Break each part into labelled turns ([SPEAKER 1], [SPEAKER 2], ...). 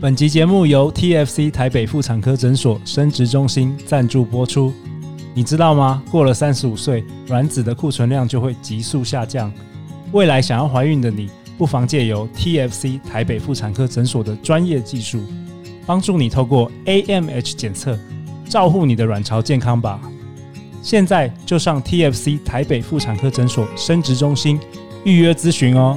[SPEAKER 1] 本集节目由 TFC 台北妇产科诊所生殖中心赞助播出。你知道吗？过了三十五岁，卵子的库存量就会急速下降。未来想要怀孕的你，不妨借由 TFC 台北妇产科诊所的专业技术，帮助你透过 AMH 检测，照护你的卵巢健康吧。现在就上 TFC 台北妇产科诊所生殖中心预约咨询哦。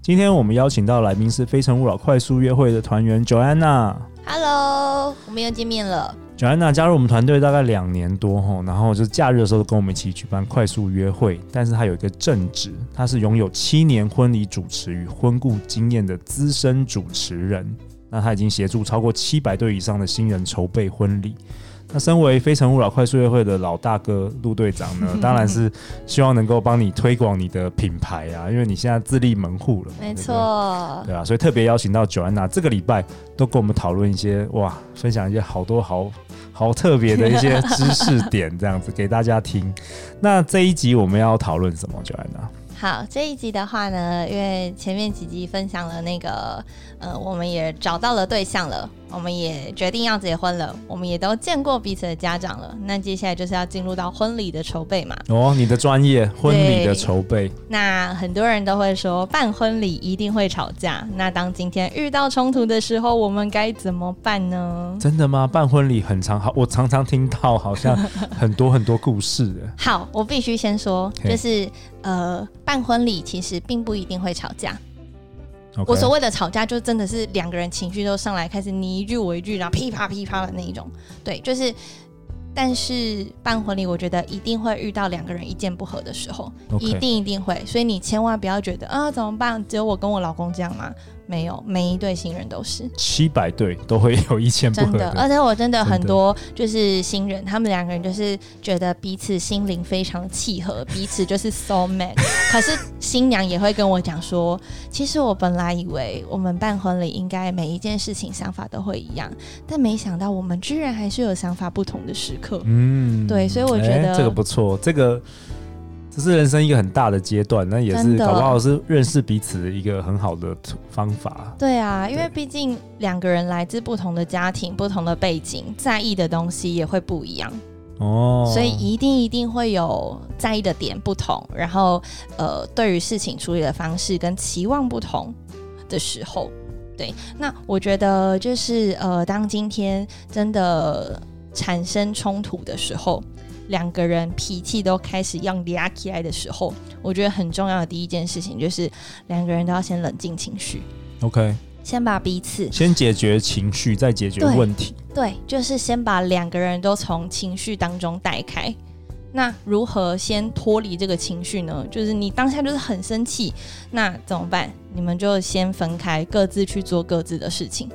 [SPEAKER 1] 今天我们邀请到来宾是《非诚勿扰快速约会》的团员 Joanna。
[SPEAKER 2] Hello，我们又见面了。
[SPEAKER 1] Joanna 加入我们团队大概两年多吼，然后就假日的时候跟我们一起举办快速约会，但是她有一个正职，她是拥有七年婚礼主持与婚顾经验的资深主持人。那她已经协助超过七百对以上的新人筹备婚礼。那身为非诚勿扰快速约会的老大哥陆队长 呢，当然是希望能够帮你推广你的品牌啊，因为你现在自立门户了嘛，
[SPEAKER 2] 没
[SPEAKER 1] 对不对
[SPEAKER 2] 错，
[SPEAKER 1] 对啊，所以特别邀请到 Joanna 这个礼拜都跟我们讨论一些哇，分享一些好多好好特别的一些知识点，这样子给大家 听。那这一集我们要讨论什么，Joanna？
[SPEAKER 2] 好，这一集的话呢，因为前面几集分享了那个，呃，我们也找到了对象了，我们也决定要结婚了，我们也都见过彼此的家长了。那接下来就是要进入到婚礼的筹备嘛。
[SPEAKER 1] 哦，你的专业婚礼的筹备，
[SPEAKER 2] 那很多人都会说，办婚礼一定会吵架。那当今天遇到冲突的时候，我们该怎么办 呢？
[SPEAKER 1] 真的吗？办婚礼很长，好，我常常听到好像很多很多故事的。
[SPEAKER 2] 好，我必须先说，
[SPEAKER 1] 嘿
[SPEAKER 2] 就是呃，办婚礼其实并不一定会吵架。
[SPEAKER 1] OK，
[SPEAKER 2] 我所谓的吵架，就真的是两个人情绪都上来，开始你一句我一句，然后噼啪噼啪的那一种。对，就是，但是办婚礼，我觉得一定会遇到两个人意见不合的时候
[SPEAKER 1] OK
[SPEAKER 2] 一定一定会。所以你千万不要觉得啊，怎么办？只有我跟我老公这样吗？没有，每一对新人都是。
[SPEAKER 1] 七百对都会有意见不
[SPEAKER 2] 真
[SPEAKER 1] 合
[SPEAKER 2] 的，而
[SPEAKER 1] 的。
[SPEAKER 2] 且我
[SPEAKER 1] 真
[SPEAKER 2] 真的
[SPEAKER 1] 的
[SPEAKER 2] 很多就是新人，他们两个人就是觉得彼此心灵非常契合，彼此就是 soul mate。可 是新娘也会跟我讲说，其实我本来以为我们办婚礼应该每一件事情想法都会一样，但没想到我们居然还是有想法不同的时刻。
[SPEAKER 1] 嗯
[SPEAKER 2] 对所以我觉
[SPEAKER 1] 哎
[SPEAKER 2] 得
[SPEAKER 1] 这个不错，这个这是人生一个很大的阶段，那也是
[SPEAKER 2] 真的
[SPEAKER 1] 搞不好是认识彼此的一个很好的途方法。
[SPEAKER 2] 对啊，因为
[SPEAKER 1] 对
[SPEAKER 2] 毕竟两个人来自不同的家庭、不同的背景，在意的东西也会不一样。
[SPEAKER 1] 哦，
[SPEAKER 2] 所以一定一定会有在意的点不同，然后呃，对于事情处理的方式跟期望不同的时候，对，那我觉得就是呃，当今天真的产生冲突的时候，两个人脾气都开始要嗲起来的时候，我觉得很重要的第一件事情就是两个人都要先冷静情绪，
[SPEAKER 1] OK，
[SPEAKER 2] 先把彼此
[SPEAKER 1] 先解决情绪，再解决
[SPEAKER 2] 对
[SPEAKER 1] 问题。
[SPEAKER 2] 对，就是先把两个人都从情绪当中带开。那如何先脱离这个情绪呢？就是你当下就是很生气，那怎么办？你们就先分开，各自去做各自的事情。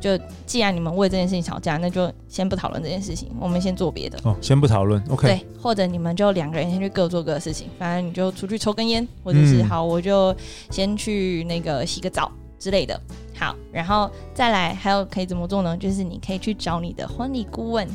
[SPEAKER 2] 就既然你们为这件事情吵架，那就先不讨论这件事情，我们先做别的。
[SPEAKER 1] 哦，先不讨论。OK，
[SPEAKER 2] 对，或者你们就两个人先去各做各的事情，反正你就出去抽根烟，或者是、
[SPEAKER 1] 嗯
[SPEAKER 2] 好，我就先去那个洗个澡之类的。好，然后再来还有可以怎么做呢？就是你可以去找你的婚礼顾问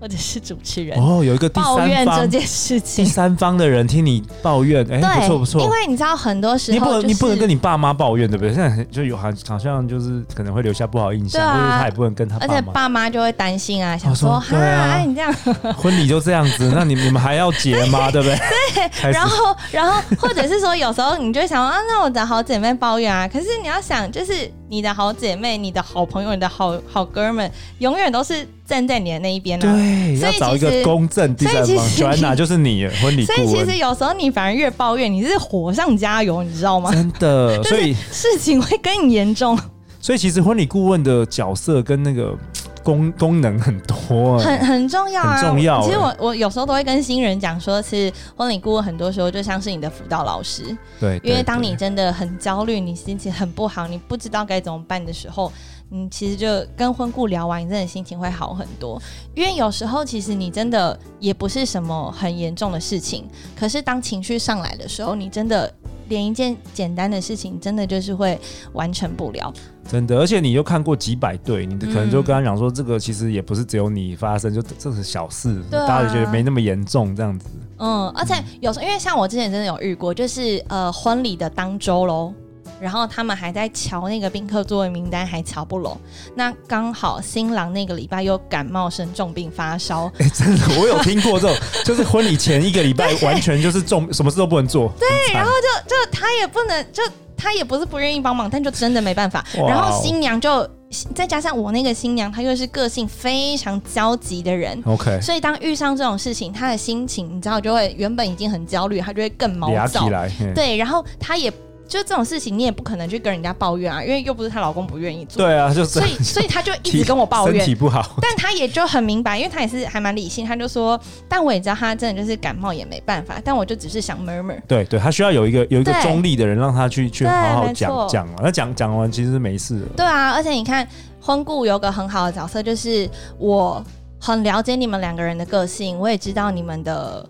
[SPEAKER 2] 或者是主持人、
[SPEAKER 1] 哦，有一个第
[SPEAKER 2] 抱
[SPEAKER 1] 三
[SPEAKER 2] 怨这
[SPEAKER 1] 方，
[SPEAKER 2] 件事
[SPEAKER 1] 第
[SPEAKER 2] 情。
[SPEAKER 1] 三方的人听你抱怨，哎、
[SPEAKER 2] 对，
[SPEAKER 1] 不错不错
[SPEAKER 2] 因。为你知道很多时
[SPEAKER 1] 你不
[SPEAKER 2] 候、
[SPEAKER 1] 能，
[SPEAKER 2] 就是、
[SPEAKER 1] 你不能跟你爸妈抱怨，对不对？现在很就有好好像就是可能会留下不好印象，
[SPEAKER 2] 对啊
[SPEAKER 1] 或者是他也不能跟他
[SPEAKER 2] 而且
[SPEAKER 1] 爸妈。
[SPEAKER 2] 爸妈就会担心啊，想说
[SPEAKER 1] 说
[SPEAKER 2] 哈，
[SPEAKER 1] 对啊
[SPEAKER 2] 哎你这样
[SPEAKER 1] 婚礼就这样子，那你你们还要结 吗？对不对？对
[SPEAKER 2] 然后，然后，或者是说，有时候你就会想啊，那我的好姐妹抱怨啊。可是你要想，就是你的好姐妹、你的好朋友、你的好好哥们，永远都是站在你的那一边啊。
[SPEAKER 1] 对，
[SPEAKER 2] 所
[SPEAKER 1] 要
[SPEAKER 2] 以
[SPEAKER 1] 找一
[SPEAKER 2] 其
[SPEAKER 1] 个
[SPEAKER 2] 实
[SPEAKER 1] 公正第三
[SPEAKER 2] 所以
[SPEAKER 1] 方。
[SPEAKER 2] 其实
[SPEAKER 1] Joanna 就是你了婚礼
[SPEAKER 2] 所以
[SPEAKER 1] 顾
[SPEAKER 2] 其
[SPEAKER 1] 问
[SPEAKER 2] 实，有时候你反而越抱怨，你是火上加油，你知道 吗？
[SPEAKER 1] 真 的。所以
[SPEAKER 2] 事情会更严重，
[SPEAKER 1] 所以其实婚礼顾问的角色跟那个功功能很多、哎
[SPEAKER 2] 很很重要啊。
[SPEAKER 1] 很重要
[SPEAKER 2] 其实
[SPEAKER 1] 欸
[SPEAKER 2] 我我有时候都会跟新人讲说，其实婚礼顾问很多时候就像是你的辅导老师，
[SPEAKER 1] 对，
[SPEAKER 2] 因为
[SPEAKER 1] 对
[SPEAKER 2] 当
[SPEAKER 1] 对
[SPEAKER 2] 你真的很焦虑，你心情很不好，你不知道该怎么办的时候，你其实就跟婚顾聊完，你真的心情会好很多。因为有时候其实你真的也不是什么很严重的事情，可是当情绪上来的时候，你真的连一件简单的事情，真的就是会完成不了。
[SPEAKER 1] 真的，而且你又看过几百对，你可能就
[SPEAKER 2] 嗯
[SPEAKER 1] 跟他讲说，这个其实也不是只有你发生，就这是小事，
[SPEAKER 2] 对啊
[SPEAKER 1] 大家就觉得没那么严重这样子。
[SPEAKER 2] 嗯，而且有时候因为像我之前真的有遇过，就是呃婚礼的当周喽，然后他们还在瞧那个宾客座位名单，还瞧不拢。那刚好新郎那个礼拜又感冒生重病发烧，呃
[SPEAKER 1] 哎、真的，我有听过这种，就是婚礼前一个礼拜完全就是重，什么事都不能做。对，然后
[SPEAKER 2] 就他也不能就。他也不是不愿意帮忙，但就真的没办法。
[SPEAKER 1] 哇哦
[SPEAKER 2] 然后新娘就再加上我那个新娘，她又是个性非常焦急的人，
[SPEAKER 1] 就 OK，
[SPEAKER 2] 所以当遇上这种事情，她的心情你知道就会原本已经很焦虑，她就会更毛
[SPEAKER 1] 俩
[SPEAKER 2] 躁
[SPEAKER 1] 起。来，嘿
[SPEAKER 2] 对，然后她也就这种事情，你也不可能去跟人家抱怨啊，因为又不是她老公不愿意做，
[SPEAKER 1] 对啊，就是
[SPEAKER 2] 所以 所以她就一直跟我抱
[SPEAKER 1] 身
[SPEAKER 2] 怨
[SPEAKER 1] 体。不好，
[SPEAKER 2] 但她也就很明白，因为她也是还蛮理性，她就说，但我也知道她真的就是感冒也没办法，但我就只是想 murmur。
[SPEAKER 1] 对对，他需要有一个有一个
[SPEAKER 2] 对
[SPEAKER 1] 中立的人，让他去去
[SPEAKER 2] 对
[SPEAKER 1] 好好
[SPEAKER 2] 没
[SPEAKER 1] 讲
[SPEAKER 2] 错
[SPEAKER 1] 讲嘛。那讲讲完其实是没事了，
[SPEAKER 2] 对啊，而且你看，婚顾有个很好的角色，就是我很了解你们两个人的个性，我也知道你们的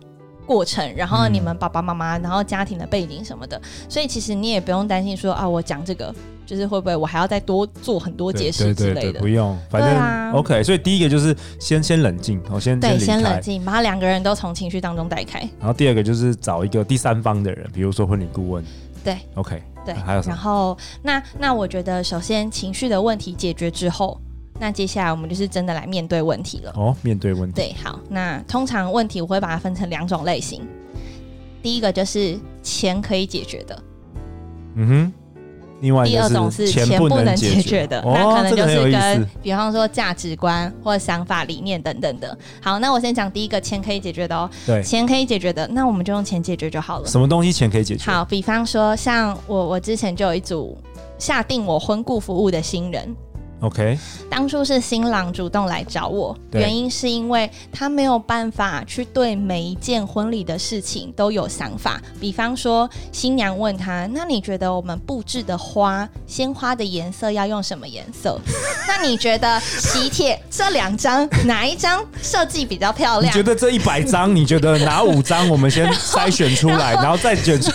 [SPEAKER 2] 过程，然后
[SPEAKER 1] 嗯
[SPEAKER 2] 你们爸爸妈妈，然后家庭的背景什么的，所以其实你也不用担心说啊，我讲这个就是会不会我还要再多做很多解释
[SPEAKER 1] 对
[SPEAKER 2] 之
[SPEAKER 1] 对
[SPEAKER 2] 类
[SPEAKER 1] 对
[SPEAKER 2] 的
[SPEAKER 1] 对，不。用，反正、
[SPEAKER 2] 对啊
[SPEAKER 1] OK。所以第一个就是先先冷静，我、先
[SPEAKER 2] 对，
[SPEAKER 1] 离
[SPEAKER 2] 先
[SPEAKER 1] 开
[SPEAKER 2] 冷静，把两个人都从情绪当中带开。
[SPEAKER 1] 然后第二个就是找一个第三方的人，比如说婚礼顾问。
[SPEAKER 2] 对
[SPEAKER 1] ，OK，
[SPEAKER 2] 对，
[SPEAKER 1] 还有什么
[SPEAKER 2] 然后那那我觉得，首先情绪的问题解决之后，那接下来我们就是真的来面对问题了。
[SPEAKER 1] 哦，面对问题，
[SPEAKER 2] 对，好，那通常问题我会把它分成两种类型，第一个就是钱可以解决的，
[SPEAKER 1] 嗯哼。另外一
[SPEAKER 2] 第二
[SPEAKER 1] 个
[SPEAKER 2] 种
[SPEAKER 1] 是
[SPEAKER 2] 是钱
[SPEAKER 1] 不
[SPEAKER 2] 能
[SPEAKER 1] 解
[SPEAKER 2] 解决的，
[SPEAKER 1] 哦，
[SPEAKER 2] 那可
[SPEAKER 1] 这
[SPEAKER 2] 能
[SPEAKER 1] 个
[SPEAKER 2] 就
[SPEAKER 1] 很有
[SPEAKER 2] 是
[SPEAKER 1] 意
[SPEAKER 2] 跟
[SPEAKER 1] 思。
[SPEAKER 2] 比方说价值观或想法、理念等等的。好，那我先讲第一个钱可以解决的哦，
[SPEAKER 1] 对，
[SPEAKER 2] 钱可以解决的，那我们就用钱解决就好了。
[SPEAKER 1] 什么东西钱可以解决？
[SPEAKER 2] 好，比方说像我，我之前就有一组下定我婚顾服务的新人，
[SPEAKER 1] ，OK，
[SPEAKER 2] 当初是新郎主动来找我，
[SPEAKER 1] 对
[SPEAKER 2] 原因是因为他没有办法去对每一件婚礼的事情都有想法。比方说，新娘问他：“那你觉得我们布置的花，鲜花的颜色要用什么颜 色？那你觉得喜帖这两张哪一张设计比较漂
[SPEAKER 1] 你
[SPEAKER 2] 亮
[SPEAKER 1] 觉？”得这一百张，你觉得哪五张我们先筛选出 来，然后再选出？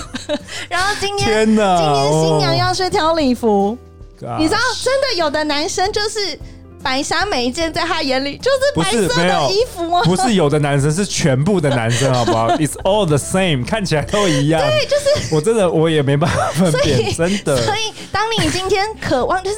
[SPEAKER 2] 然后今天。
[SPEAKER 1] 天啊哦哪！
[SPEAKER 2] 今天新娘要去挑礼服，
[SPEAKER 1] 要
[SPEAKER 2] 你知道，真的有的男生就是白纱每一件，在他眼里就是
[SPEAKER 1] 不
[SPEAKER 2] 白
[SPEAKER 1] 是
[SPEAKER 2] 色
[SPEAKER 1] 没有
[SPEAKER 2] 的衣服啊。
[SPEAKER 1] 不是有的男生，是全部的男生，好不 好？It's all the same，看起来都一样。对，就是我真的我也没办法分辨，真的。
[SPEAKER 2] 所以，当你今天渴望，就是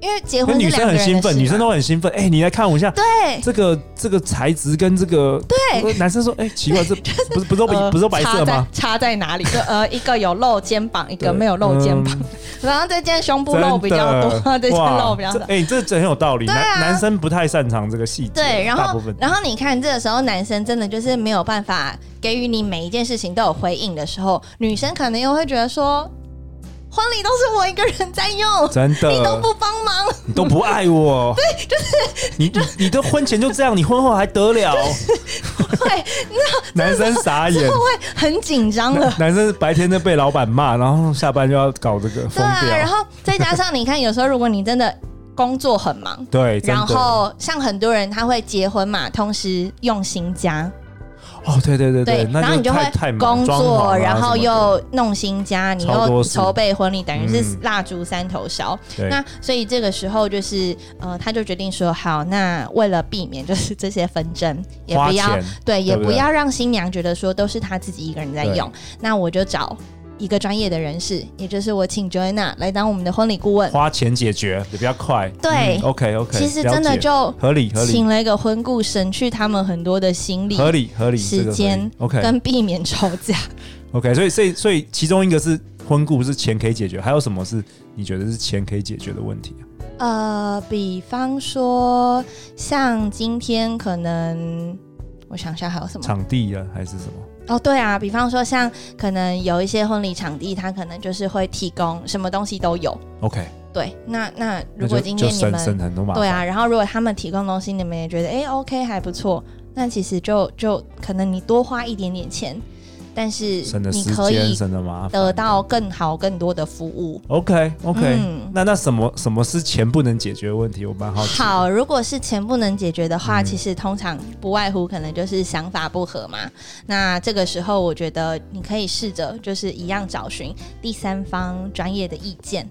[SPEAKER 2] 因为结
[SPEAKER 1] 那
[SPEAKER 2] 婚是
[SPEAKER 1] 女
[SPEAKER 2] 两
[SPEAKER 1] 生
[SPEAKER 2] 个人
[SPEAKER 1] 很
[SPEAKER 2] 的
[SPEAKER 1] 兴奋，
[SPEAKER 2] 事嘛
[SPEAKER 1] 女生都很兴奋。哎、你来看我一下，
[SPEAKER 2] 对
[SPEAKER 1] 这个这个材质跟这个，对，男生说，哎、奇 怪，这不是不是都白、
[SPEAKER 2] 呃
[SPEAKER 1] 不是都白色吗？
[SPEAKER 2] 差在差在哪里？就呃，一个有露肩膀，一
[SPEAKER 1] 对
[SPEAKER 2] 个没有露肩膀，
[SPEAKER 1] 嗯
[SPEAKER 2] 然后这件胸部
[SPEAKER 1] 真的
[SPEAKER 2] 露比较多， 这件露比较
[SPEAKER 1] 这
[SPEAKER 2] 少。
[SPEAKER 1] 哎、这这很有道理。
[SPEAKER 2] 对啊
[SPEAKER 1] 男男生不太擅长这个细节，
[SPEAKER 2] 对，然
[SPEAKER 1] 大部
[SPEAKER 2] 后
[SPEAKER 1] 分
[SPEAKER 2] 然后你看，这个时候男生真的就是没有办法给予你每一件事情都有回应的时候，女生可能又会觉得说，婚礼都是我一个人在用，
[SPEAKER 1] 真的
[SPEAKER 2] 你都不帮忙，
[SPEAKER 1] 你都不爱 我，对，就是你你你的婚前就这样，你婚后还得 了？
[SPEAKER 2] 会
[SPEAKER 1] 男生傻眼
[SPEAKER 2] 会。会很紧张了。
[SPEAKER 1] 男生白天就被老板骂，然后下班就要搞这个
[SPEAKER 2] 对
[SPEAKER 1] 疯
[SPEAKER 2] 啊，然
[SPEAKER 1] 掉，
[SPEAKER 2] 后再加上你看，有时候如果你真的 工作很忙，
[SPEAKER 1] 对，哎真
[SPEAKER 2] 然
[SPEAKER 1] 的，
[SPEAKER 2] 后像很多人他会结婚嘛，同时用新家，
[SPEAKER 1] 哦，对对对那
[SPEAKER 2] 然后你就
[SPEAKER 1] 太
[SPEAKER 2] 会
[SPEAKER 1] 太忙
[SPEAKER 2] 工
[SPEAKER 1] 装潢
[SPEAKER 2] 作，
[SPEAKER 1] 啊
[SPEAKER 2] 然后
[SPEAKER 1] 什么的
[SPEAKER 2] 又弄新家，你
[SPEAKER 1] 超多
[SPEAKER 2] 又
[SPEAKER 1] 事
[SPEAKER 2] 筹备婚礼，等于是
[SPEAKER 1] 嗯
[SPEAKER 2] 蜡烛三头烧。
[SPEAKER 1] 对
[SPEAKER 2] 那所以这个时候就是呃，他就决定说，好，那为了避免就是这些纷争，也
[SPEAKER 1] 花
[SPEAKER 2] 不要
[SPEAKER 1] 钱，
[SPEAKER 2] 对，也
[SPEAKER 1] 对不
[SPEAKER 2] 不
[SPEAKER 1] 对
[SPEAKER 2] 要让新娘觉得说都是她自己一个人在用。那我就找一个专业的人士，也就是我请 Joanna 来当我们的婚礼顾问。
[SPEAKER 1] 花钱解决也比较快。嗯
[SPEAKER 2] 对
[SPEAKER 1] OK OK，
[SPEAKER 2] 其实真的就
[SPEAKER 1] 合理合理
[SPEAKER 2] 请了一个婚顾，省去他们很多的心力
[SPEAKER 1] 合理合理
[SPEAKER 2] 时间
[SPEAKER 1] OK
[SPEAKER 2] 跟避免吵架。
[SPEAKER 1] OK，所以所以所以其中一个是婚故是钱可以解决，还有什么是你觉得是钱可以解决的问题啊？
[SPEAKER 2] 呃，比方说像今天可能。我想一下还有什么
[SPEAKER 1] 场地啊还是什么？
[SPEAKER 2] 哦，对啊，比方说像可能有一些婚礼场地，它可能就是会提供什么东西都有。
[SPEAKER 1] OK，
[SPEAKER 2] 对，那那
[SPEAKER 1] 那
[SPEAKER 2] 如
[SPEAKER 1] 就
[SPEAKER 2] 果今天
[SPEAKER 1] 就
[SPEAKER 2] 你
[SPEAKER 1] 省
[SPEAKER 2] 们
[SPEAKER 1] 省很多麻烦。
[SPEAKER 2] 对啊，然后如果他们提供东西，你们也觉得哎、诶 OK 还不错，那其实就就可能你多花一点点钱，但是
[SPEAKER 1] 省了
[SPEAKER 2] 你
[SPEAKER 1] 时
[SPEAKER 2] 可
[SPEAKER 1] 间，
[SPEAKER 2] 以
[SPEAKER 1] 省了麻烦，
[SPEAKER 2] 得到更好、更多的服务。
[SPEAKER 1] OK OK，、
[SPEAKER 2] 嗯
[SPEAKER 1] 那那什么什么是钱不能解决的问题？我蛮好奇。
[SPEAKER 2] 好，如果是钱不能解决的话，
[SPEAKER 1] 嗯
[SPEAKER 2] 其实通常不外乎可能就是想法不合嘛。那这个时候，我觉得你可以试着就是一样找寻第三方专业的意见。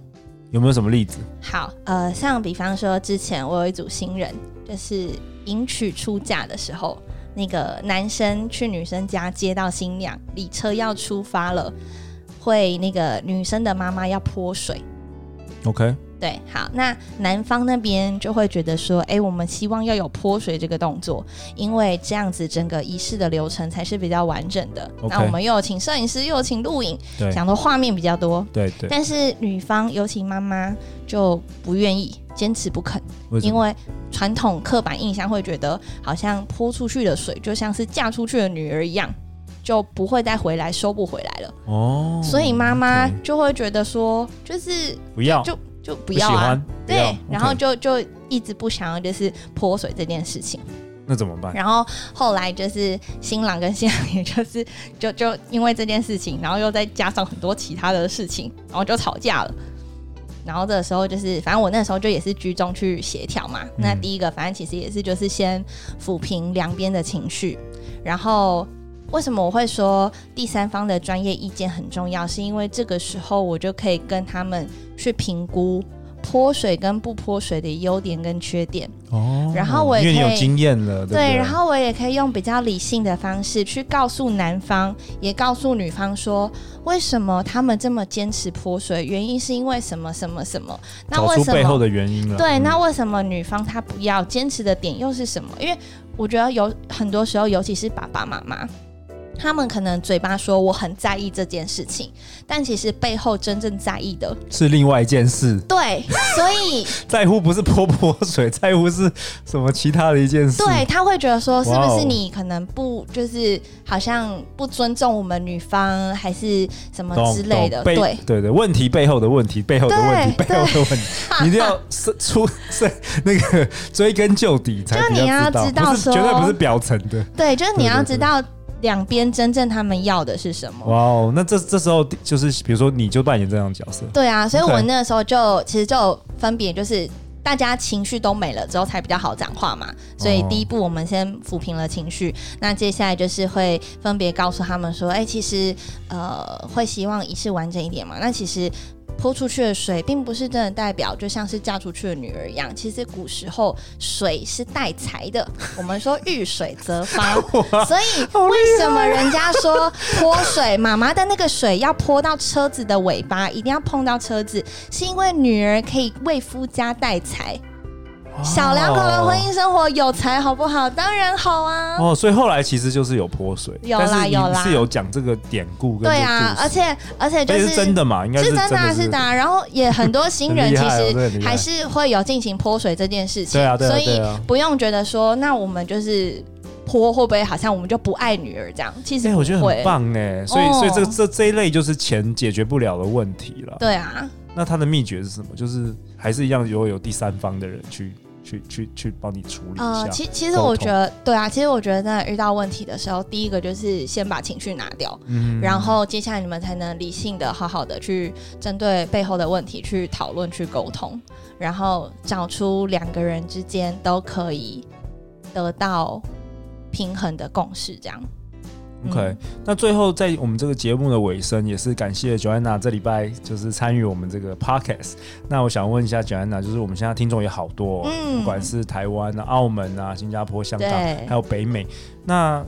[SPEAKER 1] 有没有什么例子？
[SPEAKER 2] 好，呃，像比方说之前我有一组新人，就是迎娶出嫁的时候，那个男生去女生家接到新娘，礼车要出发了，会那个女生的妈妈要泼水。
[SPEAKER 1] OK，
[SPEAKER 2] 对，好，那男方那边就会觉得说，哎、我们希望要有泼水这个动作，因为这样子整个仪式的流程才是比较完整的。
[SPEAKER 1] OK
[SPEAKER 2] 那我们又有请摄影师，又有请录影，
[SPEAKER 1] 对
[SPEAKER 2] 想的画面比较多。
[SPEAKER 1] 对对，
[SPEAKER 2] 但是女方，尤其妈妈就不愿意，坚持不肯，
[SPEAKER 1] 为什
[SPEAKER 2] 因
[SPEAKER 1] 么？
[SPEAKER 2] 为传统刻板印象会觉得，好像泼出去的水就像是嫁出去的女儿一样，就不会再回来，收不回来了。
[SPEAKER 1] 哦，
[SPEAKER 2] 所以妈妈
[SPEAKER 1] OK
[SPEAKER 2] 就会觉得说，就是
[SPEAKER 1] 不要
[SPEAKER 2] 就就
[SPEAKER 1] 不
[SPEAKER 2] 不要
[SPEAKER 1] 喜
[SPEAKER 2] 啊，
[SPEAKER 1] 欢，不要
[SPEAKER 2] 对，然后
[SPEAKER 1] OK，
[SPEAKER 2] 就就一直不想要就是泼水这件事情，
[SPEAKER 1] 那怎么办？
[SPEAKER 2] 然后后来就是新郎跟新娘，也就是就就因为这件事情，然后又再加上很多其他的事情，然后就吵架了。然后这时候就是，反正我那时候就也是居中去协调嘛。那第一个，反正其实也是就是先抚平两边的情绪，然后。为什么我会说第三方的专业意见很重要？是因为这个时候我就可以跟他们去评估泼水跟不泼水的优点跟缺点，
[SPEAKER 1] 哦
[SPEAKER 2] 然后我也
[SPEAKER 1] 因为你
[SPEAKER 2] 可
[SPEAKER 1] 有
[SPEAKER 2] 以
[SPEAKER 1] 经验了，对不
[SPEAKER 2] 对，
[SPEAKER 1] 对
[SPEAKER 2] 然后我也可以用比较理性的方式去告诉男方，也告诉女方说，为什么他们这么坚持泼水，原因是因为什么什么什么？那
[SPEAKER 1] 找
[SPEAKER 2] 为
[SPEAKER 1] 出
[SPEAKER 2] 什
[SPEAKER 1] 背后
[SPEAKER 2] 么？
[SPEAKER 1] 的原因了。
[SPEAKER 2] 对，
[SPEAKER 1] 嗯
[SPEAKER 2] 那为什么女方她不要坚持的点又是什么？因为我觉得有很多时候，尤其是爸爸妈妈，他们可能嘴巴说我很在意这件事情，但其实背后真正在意的，
[SPEAKER 1] 是另外一件事，
[SPEAKER 2] 对，所以
[SPEAKER 1] 在乎不是泼泼水，在乎是什么其他的一件事。
[SPEAKER 2] 对，他会觉得说，是
[SPEAKER 1] 哇
[SPEAKER 2] 不
[SPEAKER 1] 哦
[SPEAKER 2] 是你可能不就是好像不尊重我们女方，还是什么
[SPEAKER 1] 懂
[SPEAKER 2] 哦之
[SPEAKER 1] 懂
[SPEAKER 2] 类的？
[SPEAKER 1] 背
[SPEAKER 2] 对，
[SPEAKER 1] 对对，问题背后的问题，背后的问题，
[SPEAKER 2] 对
[SPEAKER 1] 背后的问题， 你一定要是出是那个追根究底才
[SPEAKER 2] 就
[SPEAKER 1] 比
[SPEAKER 2] 你
[SPEAKER 1] 较
[SPEAKER 2] 要
[SPEAKER 1] 道，
[SPEAKER 2] 知道
[SPEAKER 1] 不是
[SPEAKER 2] 说
[SPEAKER 1] 绝对不是表层的。
[SPEAKER 2] 对，就是你
[SPEAKER 1] 对对
[SPEAKER 2] 要
[SPEAKER 1] 对
[SPEAKER 2] 知道两边真正他们要的是什么。
[SPEAKER 1] 哇哦，那这这时候就是比如说你就扮演这样的角色，
[SPEAKER 2] 对啊，所以
[SPEAKER 1] OK
[SPEAKER 2] 我那时候就其实就有分别就是。大家情绪都没了之后，才比较好讲话嘛。所以
[SPEAKER 1] 哦
[SPEAKER 2] 第一步，我们先抚平了情绪。那接下来就是会分别告诉他们说：“哎、其实呃，会希望仪式完整一点嘛。那其实泼出去的水，并不是真的代表，就像是嫁出去的女儿一样。其实古时候水是带财的，我们说遇水则发。所以为什么人家说泼水，妈妈的那个水要泼到车子的尾巴，一定要碰到车子，是因为女儿可以为夫家带财。
[SPEAKER 1] 哦
[SPEAKER 2] 小两口的婚姻生活有财好不好？当然好啊。
[SPEAKER 1] 哦，所以后来其实就是有泼水，
[SPEAKER 2] 有啦
[SPEAKER 1] 但是你
[SPEAKER 2] 有啦
[SPEAKER 1] 是有讲这个典故跟
[SPEAKER 2] 对
[SPEAKER 1] 这个
[SPEAKER 2] 啊，
[SPEAKER 1] 故
[SPEAKER 2] 而
[SPEAKER 1] 事
[SPEAKER 2] 且而且就
[SPEAKER 1] 而且
[SPEAKER 2] 是
[SPEAKER 1] 哎是真的嘛，应该
[SPEAKER 2] 是真
[SPEAKER 1] 真
[SPEAKER 2] 的啊，
[SPEAKER 1] 的
[SPEAKER 2] 是的啊。然后也很多新人其
[SPEAKER 1] 很厉害哦这很
[SPEAKER 2] 实
[SPEAKER 1] 厉害
[SPEAKER 2] 还是会有进行泼水这件事情，
[SPEAKER 1] 对啊对啊
[SPEAKER 2] 所
[SPEAKER 1] 对
[SPEAKER 2] 以
[SPEAKER 1] 啊。
[SPEAKER 2] 不用觉得说，那我们就是泼会不会好像我们就不爱女儿这样？其
[SPEAKER 1] 哎、
[SPEAKER 2] 实
[SPEAKER 1] 我觉得
[SPEAKER 2] 不会
[SPEAKER 1] 很棒哎，所以、
[SPEAKER 2] 哦
[SPEAKER 1] 所以这这这一类就是钱解决不了的问题了。
[SPEAKER 2] 对啊，
[SPEAKER 1] 那它的秘诀是什么？就是还是一样，如果有第三方的人去去去去帮你处理一下。
[SPEAKER 2] 呃，其其实
[SPEAKER 1] 沟
[SPEAKER 2] 我
[SPEAKER 1] 通
[SPEAKER 2] 觉得对啊，其实我觉得真的遇到问题的时候，第一个就是先把情绪拿掉，
[SPEAKER 1] 嗯
[SPEAKER 2] 然后接下来你们才能理性的、好好的去针对背后的问题去讨论、去沟通，然后找出两个人之间都可以得到平衡的共识，这样。
[SPEAKER 1] OK，、
[SPEAKER 2] 嗯
[SPEAKER 1] 那最后在我们这个节目的尾声，也是感谢 Joanna 这礼拜就是参与我们这个 Podcast。那我想问一下 Joanna，就是我们现在听众也好多、哦，
[SPEAKER 2] 嗯
[SPEAKER 1] 不管是台湾啊、澳门啊、新加坡、香港，
[SPEAKER 2] 对
[SPEAKER 1] 还有北美。那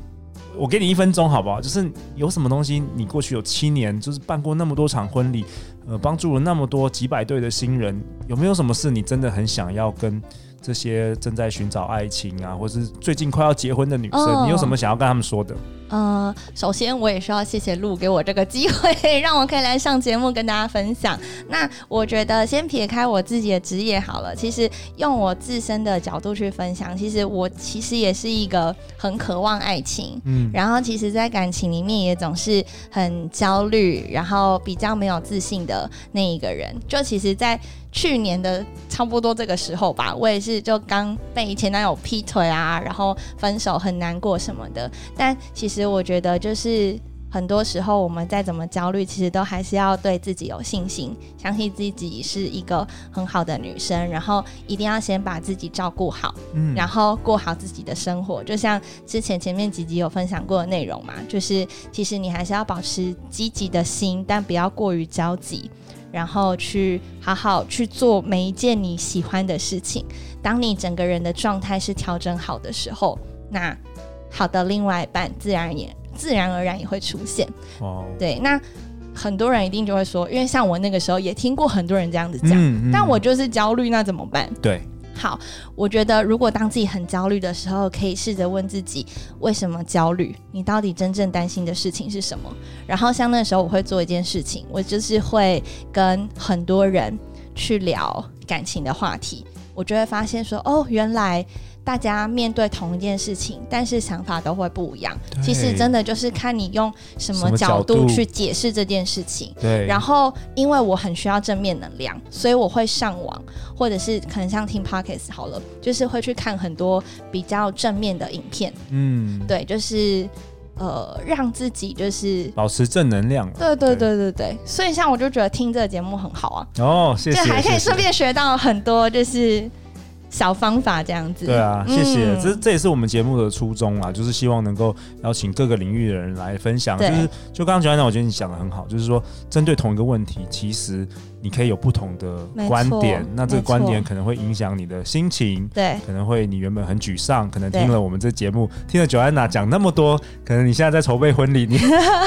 [SPEAKER 1] 我给你一分钟好不好？就是有什么东西，你过去有七年，就是办过那么多场婚礼，呃，帮助了那么多几百对的新人，有没有什么事你真的很想要跟这些正在寻找爱情啊，或是最近快要结婚的女生，
[SPEAKER 2] 哦
[SPEAKER 1] 你有什么想要跟他们说的？
[SPEAKER 2] 呃，首先我也是要谢谢鹿给我这个机会，让我可以来上节目跟大家分享。那我觉得先撇开我自己的职业好了，其实用我自身的角度去分享，其实我其实也是一个很渴望爱情。
[SPEAKER 1] 嗯，
[SPEAKER 2] 然后，其实，在感情里面也总是很焦虑，然后比较没有自信的那一个人。就其实，在去年的差不多这个时候吧，我也是就刚被前男友劈腿啊，然后分手很难过什么的。但其实我觉得，就是很多时候我们再怎么焦虑，其实都还是要对自己有信心，相信自己是一个很好的女生，然后一定要先把自己照顾好，
[SPEAKER 1] 嗯
[SPEAKER 2] 然后过好自己的生活。就像之前前面几集有分享过的内容嘛，就是其实你还是要保持积极的心，但不要过于焦急。然后去好好去做每一件你喜欢的事情。当你整个人的状态是调整好的时候，那好的另外一半自然也自然而然也会出现。
[SPEAKER 1] 哦，
[SPEAKER 2] 对，那很多人一定就会说，因为像我那个时候也听过很多人这样子讲，
[SPEAKER 1] 嗯嗯
[SPEAKER 2] 但我就是焦虑，那怎么办？
[SPEAKER 1] 对，
[SPEAKER 2] 好，我觉得如果当自己很焦虑的时候，可以试着问自己为什么焦虑，你到底真正担心的事情是什么？然后像那时候我会做一件事情，我就是会跟很多人去聊感情的话题，我就会发现说，哦，原来。大家面对同一件事情，但是想法都会不一样。
[SPEAKER 1] 对
[SPEAKER 2] 其实真的就是看你用什
[SPEAKER 1] 什
[SPEAKER 2] 么
[SPEAKER 1] 么角
[SPEAKER 2] 角
[SPEAKER 1] 度
[SPEAKER 2] 度去解释这件事情。
[SPEAKER 1] 对，
[SPEAKER 2] 然
[SPEAKER 1] 后
[SPEAKER 2] 后，因为我很需要正面能量，所以我会上网，或者是可能像听 podcast 好了，就是会去看很多比较正面的影片，
[SPEAKER 1] 嗯，
[SPEAKER 2] 对，就是呃，让自己就是，
[SPEAKER 1] 保持正能量啊了。
[SPEAKER 2] 对对
[SPEAKER 1] 对
[SPEAKER 2] 对对对，所以像我就觉得听这个节目很好啊，
[SPEAKER 1] 哦，谢
[SPEAKER 2] 就
[SPEAKER 1] 谢，
[SPEAKER 2] 还
[SPEAKER 1] 谢
[SPEAKER 2] 可以
[SPEAKER 1] 谢
[SPEAKER 2] 顺便学到很多就是小方法这样子，
[SPEAKER 1] 对啊，谢谢，
[SPEAKER 2] 嗯
[SPEAKER 1] 这这也是我们节目的初衷啦，就是希望能够邀请各个领域的人来分享。就
[SPEAKER 2] 对
[SPEAKER 1] 是就刚刚乔安娜，我觉得你讲的很好，就是说针对同一个问题，其实你可以有不同的
[SPEAKER 2] 没错
[SPEAKER 1] 观点，那这个
[SPEAKER 2] 没错
[SPEAKER 1] 观点可能会影响你的心情。
[SPEAKER 2] 对
[SPEAKER 1] 可能会你原本很沮丧，可能听
[SPEAKER 2] 对
[SPEAKER 1] 了我们这节目，听了 Joanna 讲那么多，可能你现在在筹备婚礼，你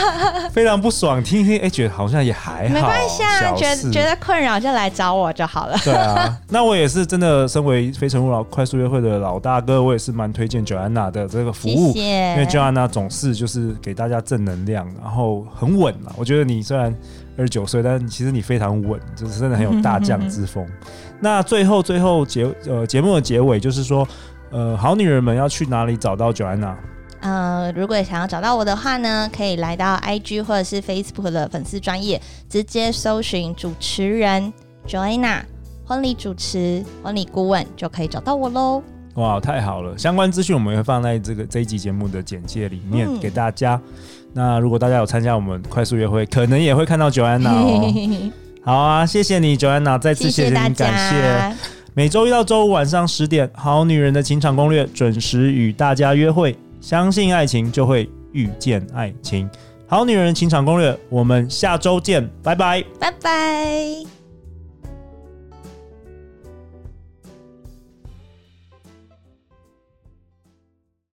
[SPEAKER 1] 非常不爽，听一听，哎、觉得好像也还好，
[SPEAKER 2] 没关系啊，
[SPEAKER 1] 小
[SPEAKER 2] 觉
[SPEAKER 1] 事
[SPEAKER 2] 觉得困扰就来找我就好了，
[SPEAKER 1] 对啊，那我也是真的，身为《非诚勿扰》快速约会的老大哥，我也是蛮推荐 Joanna 的这个服
[SPEAKER 2] 谢
[SPEAKER 1] 务，因为
[SPEAKER 2] 谢。
[SPEAKER 1] Joanna 总是就是给大家正能量，然后很稳啊。我觉得你虽然二十九岁，但其实你非常稳，就是真的很有大将之风。
[SPEAKER 2] 嗯
[SPEAKER 1] 那最后最后结呃节目的结尾就是说，呃，好女人们要去哪里找到 Joanna？
[SPEAKER 2] 呃，如果想要找到我的话呢，可以来到 IG 或者是 Facebook 的粉丝专业，直接搜寻主持人 Joanna 婚礼主持、婚礼顾问就可以找到我喽。
[SPEAKER 1] 哇，太好了！相关资讯我们会放在这个这一集节目的简介里面、
[SPEAKER 2] 嗯
[SPEAKER 1] 给大家。那如果大家有参加我们快速约会，可能也会看到 Joanna 哦。 好啊，谢谢你，Joanna，再次
[SPEAKER 2] 谢
[SPEAKER 1] 谢
[SPEAKER 2] 谢
[SPEAKER 1] 你，
[SPEAKER 2] 大
[SPEAKER 1] 感谢。
[SPEAKER 2] 家，
[SPEAKER 1] 每周一到周五晚上十点，《好女人的情场攻略》准时与大家约会。相信爱情，就会遇见爱情。《好女人的情场攻略》，我们下周见，拜拜。
[SPEAKER 2] 拜拜。